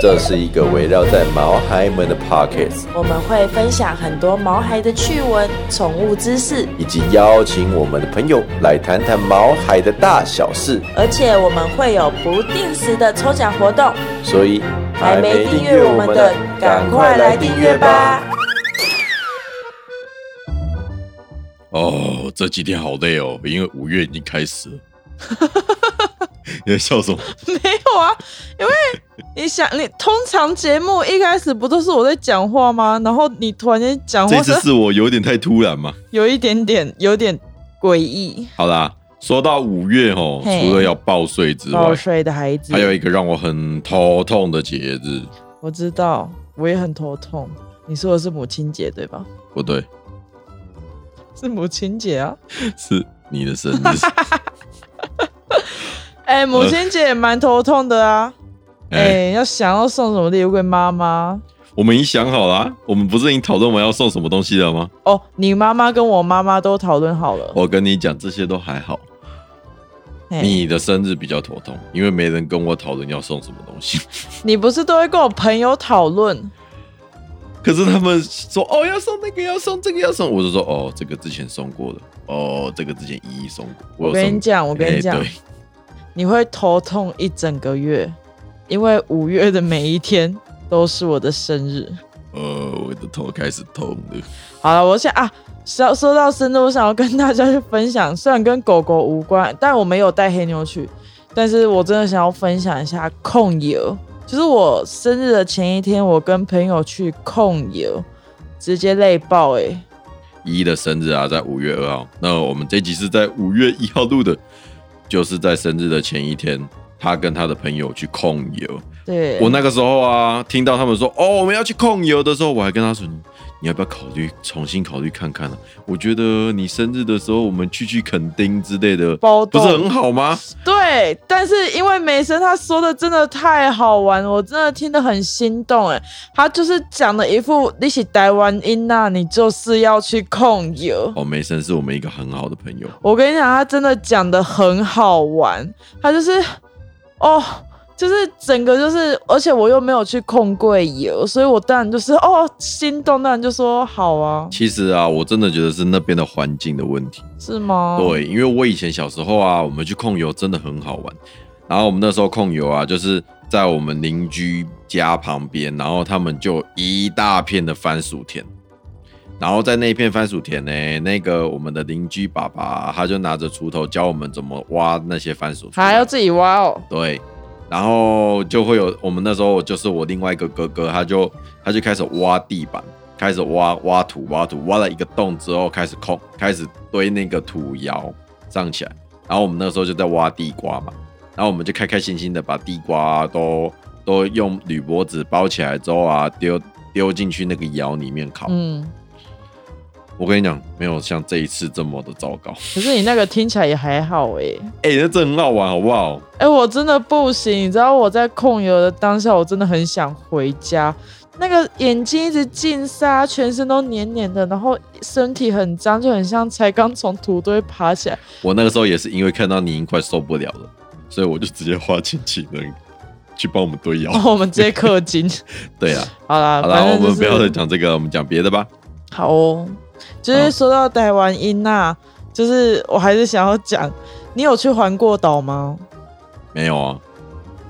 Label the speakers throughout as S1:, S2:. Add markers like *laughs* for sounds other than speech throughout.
S1: 这是一个围绕在毛孩们的 Pockets，
S2: 我们会分享很多毛孩的趣闻、宠物知识，
S1: 以及邀请我们的朋友来谈谈毛孩的大小事。
S2: 而且我们会有不定时的抽奖活动。
S1: 所以
S2: 还没订阅我们的，赶快来订阅吧！！
S3: 哦，这几天好累哦，因为五月已经开始
S1: *laughs*
S3: 了。你在笑什么？
S4: *laughs* 没有啊，因为你想，你通常节目一开始不都是我在讲话吗？然后你突然间讲
S3: 这
S4: 话
S3: 次
S4: 哦是
S3: 是我有点太突然嘛。
S4: 有一点点，有点诡异。
S3: 好啦，说到五月哦，
S4: 嘿
S3: 除了要报税之外
S4: 报，税的孩子，
S3: 还有一个让我很头痛的节日，
S4: 我知道，我也很头痛。你说的是母亲节对吧？ *laughs*
S3: 不对，
S4: 是母亲节啊！
S3: 是你的生
S4: *laughs*
S3: 日。
S4: 哎、母亲节也蛮头痛的啊！哎、
S3: 哎，
S4: 要想要送什么礼物给妈妈
S3: 我们已经想好啦，我们不是已经讨论完要送什么东西了吗？
S4: 哦。你妈妈跟我妈妈都讨论好了。哎
S3: 我跟你讲，这些都还好。
S4: 嘿
S3: 你的生日比较头痛，因为没人跟我讨论要送什么东西。 *laughs*
S4: 你不是都会跟我朋友讨论？
S3: 可是他们说哦要送那个要送这个要送，我就说哦这个之前送过了，哦这个之前一一送过。我
S4: 我
S3: 有
S4: 跟
S3: 送
S4: 你讲，我跟
S3: 哎
S4: 你讲
S3: 对，
S4: 你会头痛一整个月，因为五月的每一天都是我的生日。
S3: 呃我的头开始痛了。
S4: 好了，我想啊，说说到生日，我想要跟大家去分享，虽然跟狗狗无关，但我没有带黑妞去，但是我真的想要分享一下控油，就是我生日的前一天，我跟朋友去控油，直接累爆哎、欸！
S3: 一的生日啊，在五月二号。那我们这集是在五月一号录的，就是在生日的前一天，他跟他的朋友去控油。
S4: 对，
S3: 我那个时候啊，听到他们说哦我们要去控油的时候，我还跟他说你你要不要考虑重新考虑看看呢、我觉得你生日的时候我们去去垦丁之类的，
S4: 包
S3: 不
S4: 栋
S3: 是很好吗？
S4: 对，但是因为梅森他说的真的太好玩，我真的听得很心动哎。他就是讲的一副你是台湾音呐、你就是要去控油。
S3: 哦，梅森是我们一个很好的朋友，
S4: 我跟你讲，他真的讲的很好玩，他就是哦。就是整个就是，而且我又没有去控柜油，所以我当然就是哦心动，当然就说好啊，
S3: 其实啊，我真的觉得是那边的环境的问题。
S4: 是吗？，
S3: 对，因为我以前小时候啊，我们去控油真的很好玩。然后我们那时候控油啊，就是在我们邻居家旁边，然后他们就一大片的番薯田。然后在那片番薯田呢，那个我们的邻居爸爸他就拿着锄头教我们怎么挖那些番薯出来，
S4: 还要自己挖哦，
S3: 对，然后就会有我们那时候就是我另外一个哥哥，他就他就开始挖地板，开始挖挖土挖土，挖了一个洞之后开始空开始堆那个土窑上起来，然后我们那时候就在挖地瓜嘛，然后我们就开开心心的把地瓜都都用铝箔纸包起来之后啊，丢丢进去那个窑里面烤。
S4: 嗯，
S3: 我跟你讲，没有像这一次这么的糟糕， *laughs*
S4: 可是你那个听起来也还好哎、
S3: 哎、那真的很好玩，好不好？
S4: 哎、我真的不行，你知道我在控油的当下，我真的很想回家。那个眼睛一直进沙，全身都黏黏的，然后身体很脏，就很像才刚从土堆爬起来。
S3: 我那个时候也是因为看到你已经快受不了了，所以我就直接花钱请人去帮我们堆窑。
S4: 然后我们直接氪金。
S3: 对啊，
S4: 好啦，
S3: 好啦，
S4: 哦反
S3: 我
S4: 正就
S3: 们不要再
S4: 是
S3: 讲这个，我们讲别的吧。
S4: 好哦。就是说到台湾音呐、就是我还是想要讲，你有去环过岛吗？
S3: 没有啊，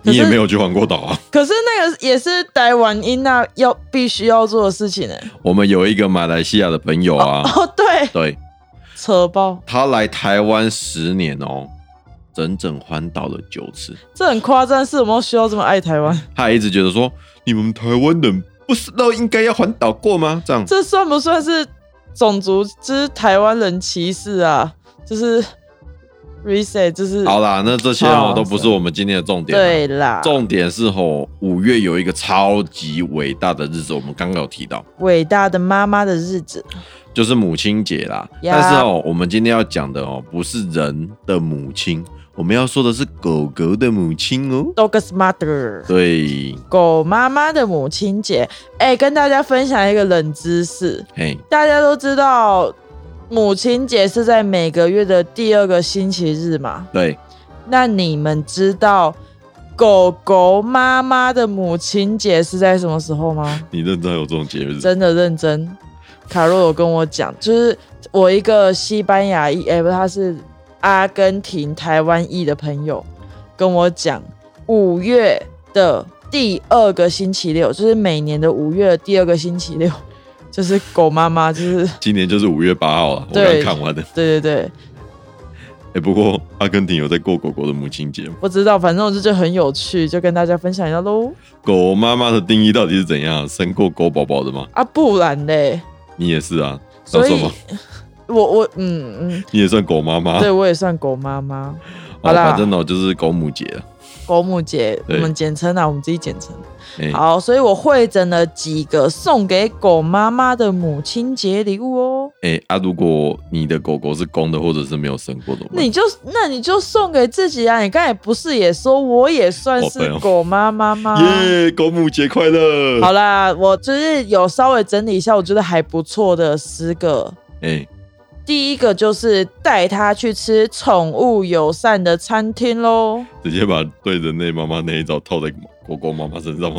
S4: 可是
S3: 你也没有去环过岛啊。
S4: 可是那个也是台湾音呐、要必须要做的事情哎、
S3: 我们有一个马来西亚的朋友啊，
S4: 哦，对，
S3: 对
S4: 扯爆，
S3: 他来台湾十年哦，整整环岛了九次。
S4: 这很夸张，是我们需要这么爱台湾？
S3: 他还一直觉得说，你们台湾人不是都应该要环岛过吗？这样
S4: 这算不算是种族之台湾人歧视啊？就是 reset，就是
S3: 好啦，那这些哦
S4: 哦
S3: 都不是
S4: 是
S3: 我们今天的重点啊。
S4: 对啦，
S3: 重点是吼，五月有一个超级伟大的日子，我们刚刚有提到，
S4: 伟大的妈妈的日子，
S3: 就是母亲节啦。
S4: 呀
S3: 但是哦，我们今天要讲的哦，不是人的母亲，我们要说的是狗狗的母亲哦。
S4: Dog's Mother。
S3: 对，
S4: 狗妈妈的母亲节，哎、跟大家分享一个冷知识，
S3: 嘿，
S4: 大家都知道母亲节是在每个月的第二个星期日嘛？
S3: 对，
S4: 那你们知道狗狗妈妈的母亲节是在什么时候吗？
S3: 你认真有这种节日？
S4: 真的认真，卡洛有跟我讲，就是我一个西班牙裔，哎、不，他是阿根廷台湾裔的朋友跟我讲，五月的第二个星期六，就是每年的五月的第二个星期六，就是狗妈妈，就是
S3: 今年就是五月八号了，我
S4: 对
S3: 刚看完的。
S4: 对对对，
S3: 哎、不过阿根廷有在过狗狗的母亲节吗？
S4: 不知道，反正我就觉得很有趣，就跟大家分享一下喽。
S3: 狗妈妈的定义到底是怎样？生过狗宝宝的吗？
S4: 啊，不然嘞，
S3: 你也是啊，那
S4: 所
S3: 什
S4: 以
S3: 么？
S4: *laughs*
S3: 啊
S4: 我我嗯嗯，
S3: 你也算狗妈妈？
S4: 对我也算狗妈妈，
S3: 哦，
S4: 好啦
S3: 反正呢就是狗母节了。
S4: 狗母节，我
S3: 对
S4: 们简称啊，我们自己简称。
S3: 哎、
S4: 好，所以我会整了几个送给狗妈妈的母亲节礼物哦。
S3: 哎、啊，如果你的狗狗是公的，或者是没有生过的，
S4: 你就那你就送给自己啊！你刚才不是也说我也算
S3: 哦对
S4: 是
S3: 哦
S4: 狗妈妈吗？
S3: 耶，狗母节快乐！
S4: 好啦，我就是有稍微整理一下，我觉得还不错的十个。
S3: 哎、
S4: 第一个就是带它去吃宠物友善的餐厅喽，
S3: 直接把对人类妈妈那一招套在狗狗妈妈身上吗？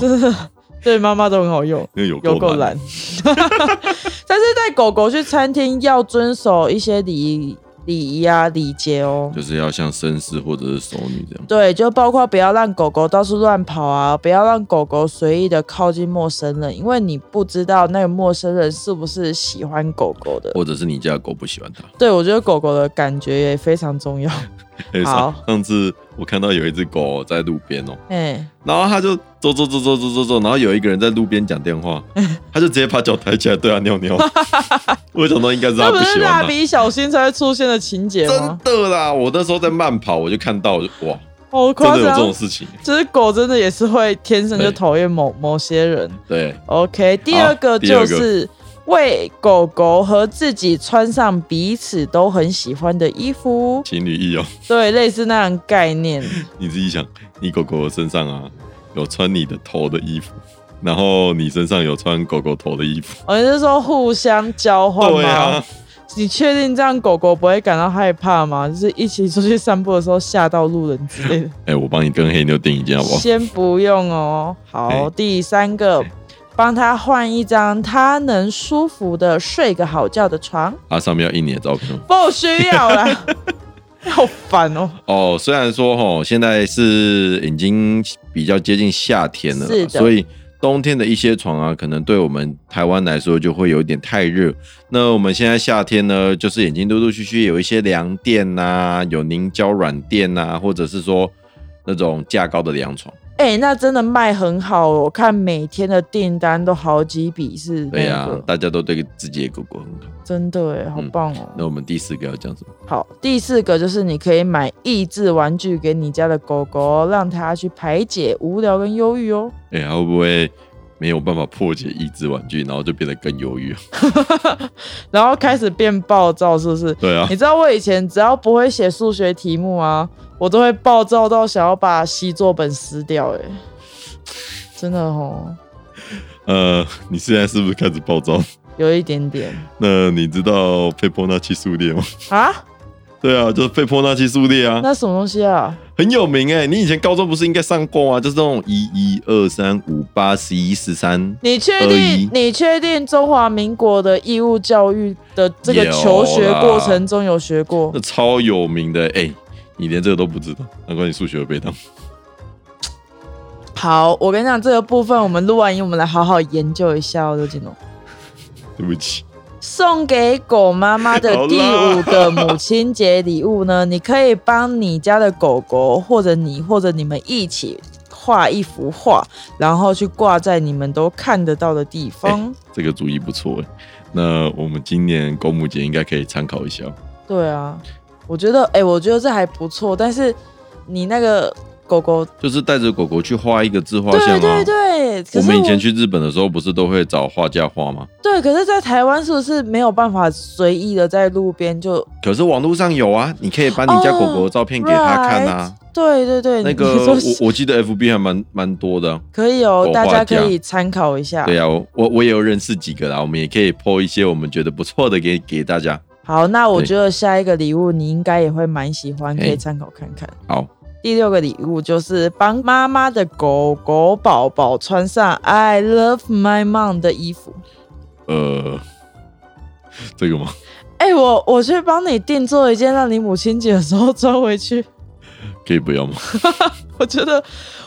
S4: 对妈妈都很好用。
S3: 那有
S4: *laughs* 有
S3: 够
S4: 够
S3: 懒
S4: 懒。， *laughs* 但是带狗狗去餐厅要遵守一些礼仪礼仪啊礼节哦。
S3: 就是要像绅士或者是熟女这样。
S4: 对，就包括不要让狗狗到处乱跑啊，不要让狗狗随意的靠近陌生人，因为你不知道那个陌生人是不是喜欢狗狗的。
S3: 或者是你家的狗不喜 *laughs* 欢它。
S4: 对，我觉得狗狗的感觉也非常重
S3: *laughs*
S4: 要。
S3: 哎、
S4: 好
S3: 上上次我看到有一只狗在路边哦、
S4: 哎，
S3: 然后它就走走走走走走走，然后有一个人在路边讲电
S4: *laughs*
S3: 话，它就直接把脚抬起来对它尿尿。我想到应该是它
S4: 那不
S3: 不
S4: 是
S3: 喜
S4: 蜡
S3: 欢它。
S4: 笔小新才会出现的情节
S3: 真
S4: 吗？
S3: 的啦，我那时候在慢跑，我就看到，我就哇，
S4: 好
S3: 真
S4: 夸
S3: 的有这种
S4: 张！
S3: 事情。
S4: 就是狗真的也是会天生就
S3: 对
S4: 讨厌某某些人。
S3: 对，
S4: OK，第二个
S3: 第二
S4: 就
S3: 个
S4: 是为狗狗和自己穿上彼此都很喜欢的衣服，
S3: 情侣意哦、
S4: 对，类似那样概念。
S3: *laughs* 你自己想，你狗狗的身上啊有穿你的头的衣服，然后你身上有穿狗狗头的衣服。
S4: 我、哦、你是说互相交换
S3: 对
S4: 吗？
S3: 啊，
S4: 你确定这样狗狗不会感到害怕吗？就是一起出去散步的时候吓到路人之
S3: *laughs*
S4: 类的。
S3: 哎、我帮你跟黑妞订一件好不好？
S4: 先不用哦。好，
S3: 哎
S4: 第三个，帮他换一张他能舒服的睡个好觉的床，
S3: 它上面要印你的照片哦。
S4: 不需
S3: *laughs*
S4: 要啦。好烦哦。
S3: 哦，虽然说哈，现在是已经比较接近夏天了啦，
S4: 是的
S3: 所以冬天的一些床啊，可能对我们台湾来说就会有点太热。那我们现在夏天呢，就是已经陆陆续续有一些凉垫呐、有凝胶软垫呐，或者是说那种架高的凉床。
S4: 哎、那真的卖很好哦，我看每天的订单都好几笔是
S3: 对啊呀、
S4: 那个，
S3: 大家都对自己的狗狗很好。
S4: 真的哎，好棒哦。
S3: 那我们第四个要讲什么？
S4: 好，第四个就是你可以买益智玩具给你家的狗狗哦，让它去排解无聊跟忧郁哦。
S3: 哎、它会不会没有办法破解益智玩具，然后就变得更忧郁？
S4: 然后开始变暴躁，是不是？
S3: 对啊
S4: 你，知道我以前只要不会写数学题目啊，我都会暴躁到想要把习作本撕掉、哎，真的哦，
S3: 呃，你现在是不是开始暴躁？
S4: 有一点点
S3: 那你知道费波那契数列吗？ *laughs*
S4: 啊，
S3: 对啊，就是费波那契数列啊，
S4: 那什么东西啊？
S3: 很有名哎、你以前高中不是应该上过吗？就是那种一一二三五八十一十三，
S4: 你确
S3: 而
S4: 定
S3: 已？
S4: 你确定中华民国的义务教育的这个求学过程中有学过
S3: 那？超有名的哎、你连这个都不知道，难怪你数学会被当。
S4: 好，我跟你讲这个部分，我们录完音，我们来好好研究一下哦，刘金龙。
S3: *laughs* 对不起，
S4: 送给狗妈妈的第五个母亲节礼物呢，你可以帮你家的狗狗，或者你，或者你们一起画一幅画，然后去挂在你们都看得到的地方。
S3: 这个主意不错哎、那我们今年狗母节应该可以参考一下。
S4: 哎对啊，我觉得，哎、我觉得这还不错，但是你那个狗狗。
S3: 就是带着狗狗去画一个自画像
S4: 对
S3: 啊。
S4: 对对，可
S3: 我
S4: 是
S3: 们以前去日本的时候，不是都会找画家画吗？
S4: 对，可是，在台湾是不是没有办法随意的在路边就？
S3: 可是网络上有啊，你可以把你家
S4: 哦
S3: 狗狗的照片给他看啊。
S4: 对对 *laughs* 对，
S3: 那
S4: 你
S3: 个
S4: 说是
S3: 我我记得 FB 还蛮蛮多的啊、
S4: 可以哦
S3: 狗，
S4: 大
S3: 画
S4: 家
S3: 家
S4: 可以参考一下。
S3: 对啊，我我我也有认识几个啦，我们也可以 po 一些我们觉得不错的给给大家。
S4: 好，那我
S3: 对
S4: 觉得下一个礼物你应该也会蛮喜欢，可
S3: 哎
S4: 以参考看看。
S3: 好，
S4: 第六个礼物就是帮妈妈的狗狗宝宝穿上 "I love my mom" 的衣服。
S3: 呃，这个吗？
S4: 哎、我我去帮你定做一件让你母亲节的时候穿回去。 *laughs*
S3: 可以不要吗？
S4: 我觉得，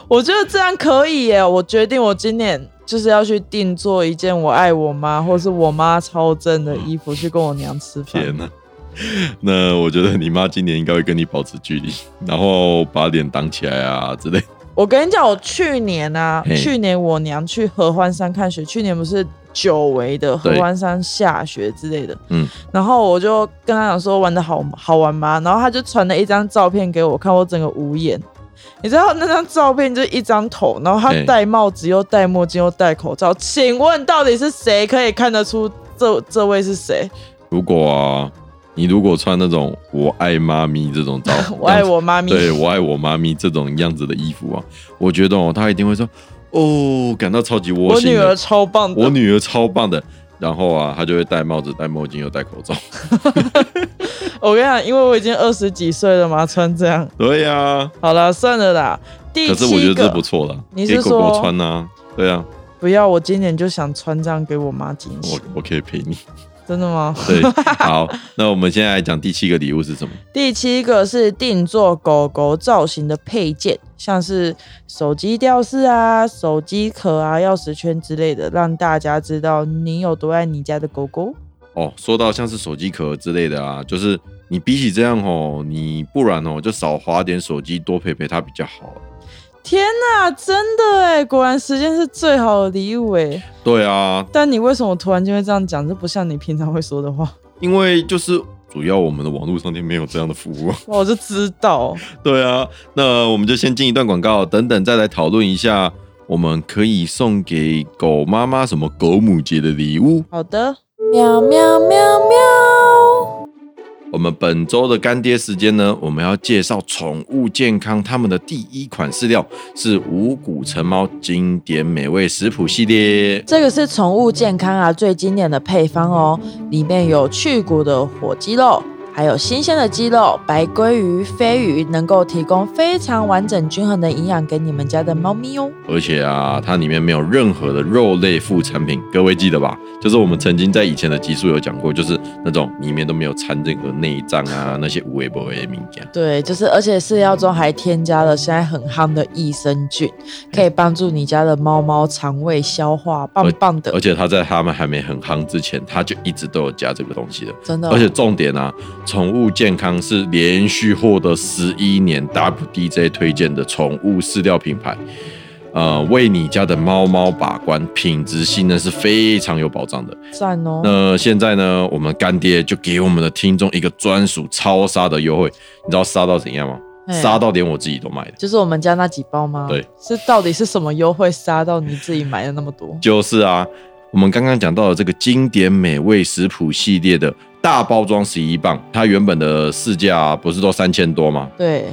S4: 我觉得这样可以耶！我决定，我今年就是要去定做一件我爱我妈，或是我妈超正的衣服，去跟我娘吃饭。
S3: 天呐！ *laughs* 那我觉得你妈今年应该会跟你保持距离，然后把脸挡起来啊之类的。
S4: 我跟你讲，我去年啊
S3: 嘿，
S4: 去年我娘去合欢山看雪，去年不是久违的合
S3: 对
S4: 欢山下雪之类的，
S3: 嗯
S4: 嗯，然后我就跟她讲说玩的好好玩吗？然后她就传了一张照片给我看，我整个无言。你知道那张照片就一张头，然后她
S3: 嘿
S4: 戴帽子又戴墨镜又戴口罩，请问到底是谁可以看得出这这位是谁？，
S3: 如果啊，你如果穿那种“我爱妈咪”这种照
S4: *laughs* 我爱
S3: 样子，
S4: 我妈咪，
S3: 对我爱我妈咪这种样子的衣服啊，我觉得哦，她一定会说哦，感到超级窝
S4: 我
S3: 心
S4: 女儿
S3: 的，
S4: 超棒的，
S3: 我女儿超棒的。然后啊，她就会戴帽子、戴墨镜又戴口罩。 *laughs*
S4: 我跟你讲，因为我已经二十几岁了嘛，穿这样。
S3: 对呀、
S4: 好了，算了啦。第
S3: 可
S4: 七
S3: 是
S4: 个，
S3: 我觉得这不错啦，
S4: 你
S3: 给
S4: 是
S3: 狗狗
S4: 说
S3: 穿啊。对啊，
S4: 不要，我今年就想穿这样给我妈惊喜
S3: 我。我可以陪你。 *laughs*
S4: 真的吗？
S3: 对，好，那我们现在来讲第七个礼物是什么？
S4: 第七个是定做狗狗造型的配件，像是手机吊饰啊、手机壳啊、钥匙圈之类的，让大家知道你有多爱你家的狗狗。
S3: 哦，说到像是手机壳之类的啊，就是你比起这样哦，你不然哦就少花点手机，多陪陪它比较好。啊
S4: 天哪，真的哎，果然时间是最好的礼物哎。
S3: 对啊，
S4: 但你为什么突然间会这样讲？这不像你平常会说的话。
S3: 因为就是主要我们的网络商店没有这样的服务。啊
S4: 哇我就知道，
S3: 对啊，那我们就先进一段广告，等等再来讨论一下，我们可以送给狗妈妈什么狗母节的礼物。
S4: 好的，
S2: 喵喵喵喵，
S3: 我们本周的干爹时间呢，我们要介绍宠物健康他们的第一款饲料是五谷橙猫经典美味食谱系列。
S2: 这个是宠物健康啊最经典的配方哦，里面有去骨的火鸡肉。还有新鲜的鸡肉、白鲑鱼、飞鱼，能够提供非常完整均衡的营养给你们家的猫咪哦。
S3: 而且啊，它里面没有任何的肉类副产品，各位记得吧？就是我们曾经在以前的集数有讲过，就是那种里面都没有掺任何内脏啊，那些无微不微的物件。
S2: 对，就是而且饲料中还添加了现在很夯的益生菌，可以帮助你家的猫猫肠胃消化，棒棒的
S3: 而，且它在它们还没很夯之前，它就一直都有加这个东西的。
S2: 真的哦、
S3: 而且重点啊，宠物健康是连续获得十一年 WDJ 推荐的宠物饲料品牌，呃，为你家的猫猫把关，品质信任是非常有保障的。
S4: 赞哦。
S3: 那现在呢，我们干爹就给我们的听众一个专属超杀的优惠，你知道杀到怎样吗？
S4: 嘿
S3: 杀到连我自己都买了。
S4: 就是我们家那几包吗？
S3: 对，
S4: 是到底是什么优惠杀到你自己买了那么多？
S3: 就是啊，我们刚刚讲到的这个经典美味食谱系列的大包装十一磅，它原本的市价、啊、不是都三千多吗？
S4: 对，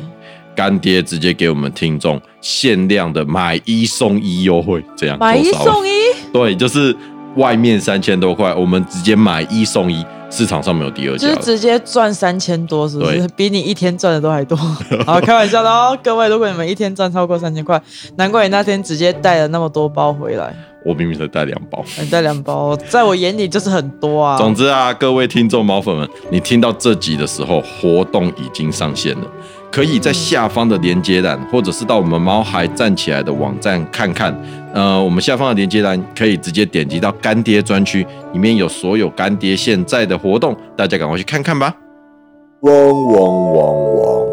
S3: 干爹直接给我们听众限量的买一送一优惠，这样
S4: 买一
S3: 多少啊
S4: 送一，
S3: 对，就是外面三千多块，我们直接买一送一，市场上没有第二
S4: 就
S3: 家
S4: 是
S3: 了。
S4: 直接赚三千多，是不是
S3: 对？
S4: 比你一天赚的都还多。
S3: *laughs*
S4: 好，开玩笑的哦，各位，如果你们一天赚超过三千块，难怪你那天直接带了那么多包回来，
S3: 我明明才带两包。
S4: 你带两包，在我眼里就是很多啊。
S3: 总之啊，各位听众毛粉们，你听到这集的时候，活动已经上线了，可以在下方的连接栏，或者是到我们猫孩站起来的网站看看。呃，我们下方的连接栏可以直接点击到干爹专区，里面有所有干爹现在的活动，大家赶快去看看吧。
S1: 嗡嗡嗡嗡，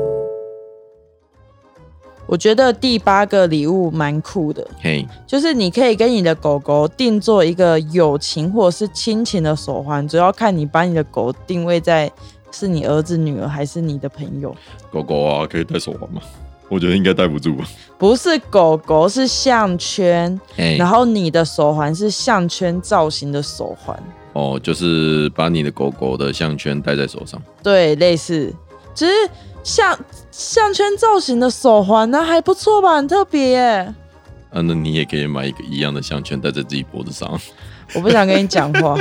S4: 我觉得第八个礼物蛮酷的，
S3: 嘿，
S4: 就是你可以跟你的狗狗定做一个友情或者是亲情的手环，主要看你把你的狗定位在是你儿子、女儿还是你的朋友。
S3: 狗狗啊，可以戴手环吗？我觉得应该戴不住吧。
S4: 不是狗狗，是项圈。
S3: 哎
S4: 然后你的手环是项圈造型的手环，
S3: 哦，就是把你的狗狗的项圈戴在手上。
S4: 对，类似，只是项项圈造型的手环呢、还不错吧，很特别耶。
S3: 啊，那你也可以买一个一样的项圈戴在自己脖子
S4: *laughs*
S3: 上，
S4: 我不想跟你讲话。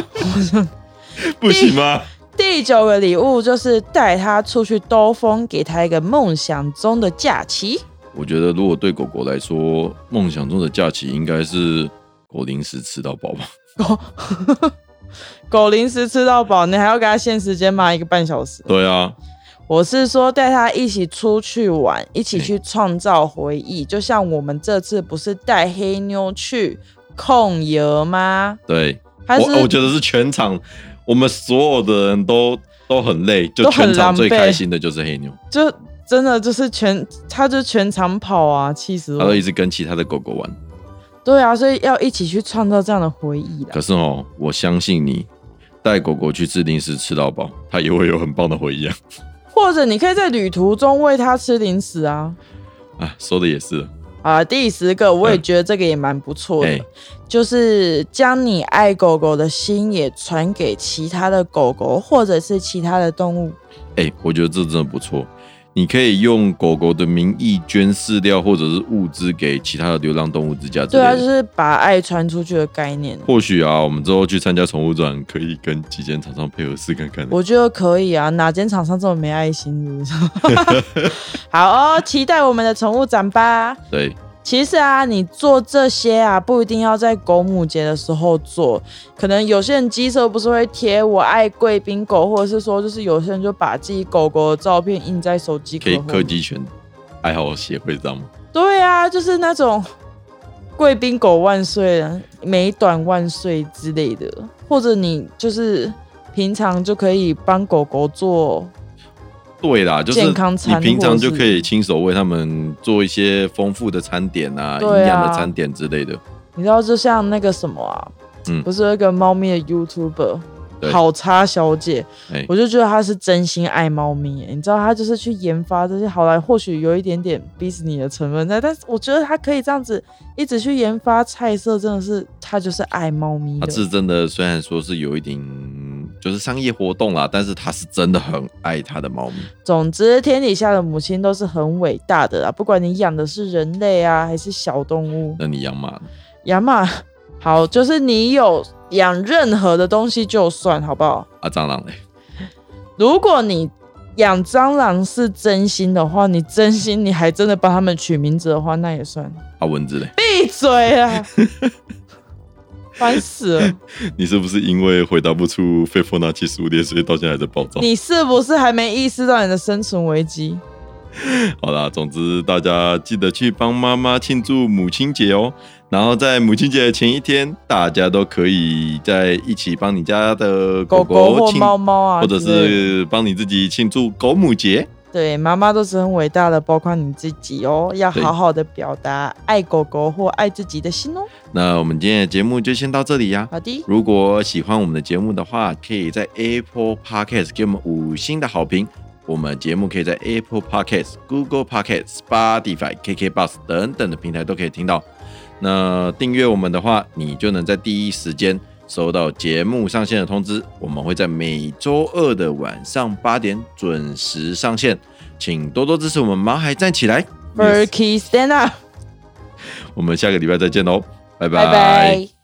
S3: 不行吗？
S4: 第九个礼物就是带它出去兜风，给它一个梦想中的假期。
S3: 我觉得如果对狗狗来说，梦想中的假期应该是狗零食吃到
S4: *laughs*
S3: 饱吧。
S4: 狗零食吃到饱，你还要给它限时间吗？一个半小时。
S3: 对啊，
S4: 我是说带它一起出去玩，一起去创造回忆，就像我们这次不是带黑妞去控油吗？
S3: 对，
S4: 还是
S3: 我我觉得是全场，我们所有的人都都很累，就
S4: 都很
S3: 全场最
S4: 狼狈
S3: 开心的就是黑妞，
S4: 就真的就是全，他就全场跑啊，气死
S3: 它
S4: 我
S3: 都！一直跟其他的狗狗玩。
S4: 对啊，所以要一起去创造这样的回忆啦
S3: 可。是哦，我相信你带狗狗去吃零食吃到饱，它也会有很棒的回忆啊！
S4: 或者你可以在旅途中喂它吃零食啊。
S3: 啊，说的也是，
S4: 啊，第十个我也觉得这个也蛮不错的，
S3: 哎
S4: 就是将你爱狗狗的心也传给其他的狗狗或者是其他的动物。
S3: 哎、我觉得这真的不错。你可以用狗狗的名义捐饲料或者是物资给其他的流浪动物之家之
S4: 对
S3: 类的。
S4: 啊，就是把爱传出去的概念，
S3: 或许啊，我们之后去参加宠物展，可以跟几间厂商配合试看看。
S4: 我觉得可以啊。哪间厂商这么没爱心是不是 *laughs* 好哦，期待我们的宠物展吧。
S3: 对，
S4: 其实啊，你做这些啊，不一定要在狗母节的时候做，可能有些人机车不是会贴“我爱贵宾狗”，或者是说，就是有些人就把自己狗狗的照片印在手机壳
S3: 可以
S4: 后面
S3: 柯基犬爱好协会这样吗？
S4: 对啊，就是那种贵宾狗万岁啊、美短万岁之类的，或者你就是平常就可以帮狗狗做，
S3: 对啦，就是
S4: 健康
S3: 你
S4: 餐
S3: 平常就
S4: 或是
S3: 可以亲手为他们做一些丰富的餐点啊，营
S4: 对啊
S3: 养、的餐点之类的。
S4: 你知道，就像那个什么啊，
S3: 嗯
S4: 不是有一个猫咪的 YouTuber。
S3: 对
S4: 好差小姐，
S3: 哎、
S4: 我就觉得她是真心爱猫咪耶，你知道她就是去研发这些，好来或许有一点点 business 的成分在，但是我觉得她可以这样子一直去研发菜色，真的是她就是爱猫咪
S3: 他
S4: 的。
S3: 是真的，虽然说是有一点就是商业活动啦，但是他是真的很爱他的猫咪。
S4: 总之，天底下的母亲都是很伟大的啦，啊不管你养的是人类啊，还是小动物。
S3: 那你养马呢，
S4: 亚马，好，就是你有养任何的东西就算，好不好？
S3: 啊，蟑螂嘞？
S4: 如果你养蟑螂是真心的话，你真心你还真的帮他们取名字的话，那也算。
S3: 啊，蚊子嘞？
S4: 闭嘴
S3: *laughs*
S4: 啊！烦死了！
S3: 你是不是因为回答不出费波那契数列，所以到现在还在暴躁？
S4: 你是不是还没意识到你的生存危机？
S3: 好啦，总之大家记得去帮妈妈庆祝母亲节哦。然后在母亲节的前一天，大家都可以在一起帮你家的
S4: 狗狗
S3: 狗
S4: 或
S3: 庆，
S4: 猫猫啊，
S3: 或者是帮你自己庆祝狗母节。
S4: 对，妈妈都是很伟大的，包括你自己哦，要
S3: 对
S4: 好好的表达爱狗狗或爱自己的心哦。
S3: 那我们今天的节目就先到这里呀、
S4: 好的，
S3: 如果喜欢我们的节目的话，可以在 Apple Podcast 给我们五星的好评。我们节目可以在 Apple Podcast、Google Podcast、Spotify、KK Bus 等等的平台都可以听到。那订阅我们的话，你就能在第一时间收到节目上线的通知。我们会在每周二的晚上八点准时上线，请多多支持我们毛孩站起来。
S4: Berkey stand up，
S3: 哦我们下个礼拜再见喽，拜
S4: 拜拜。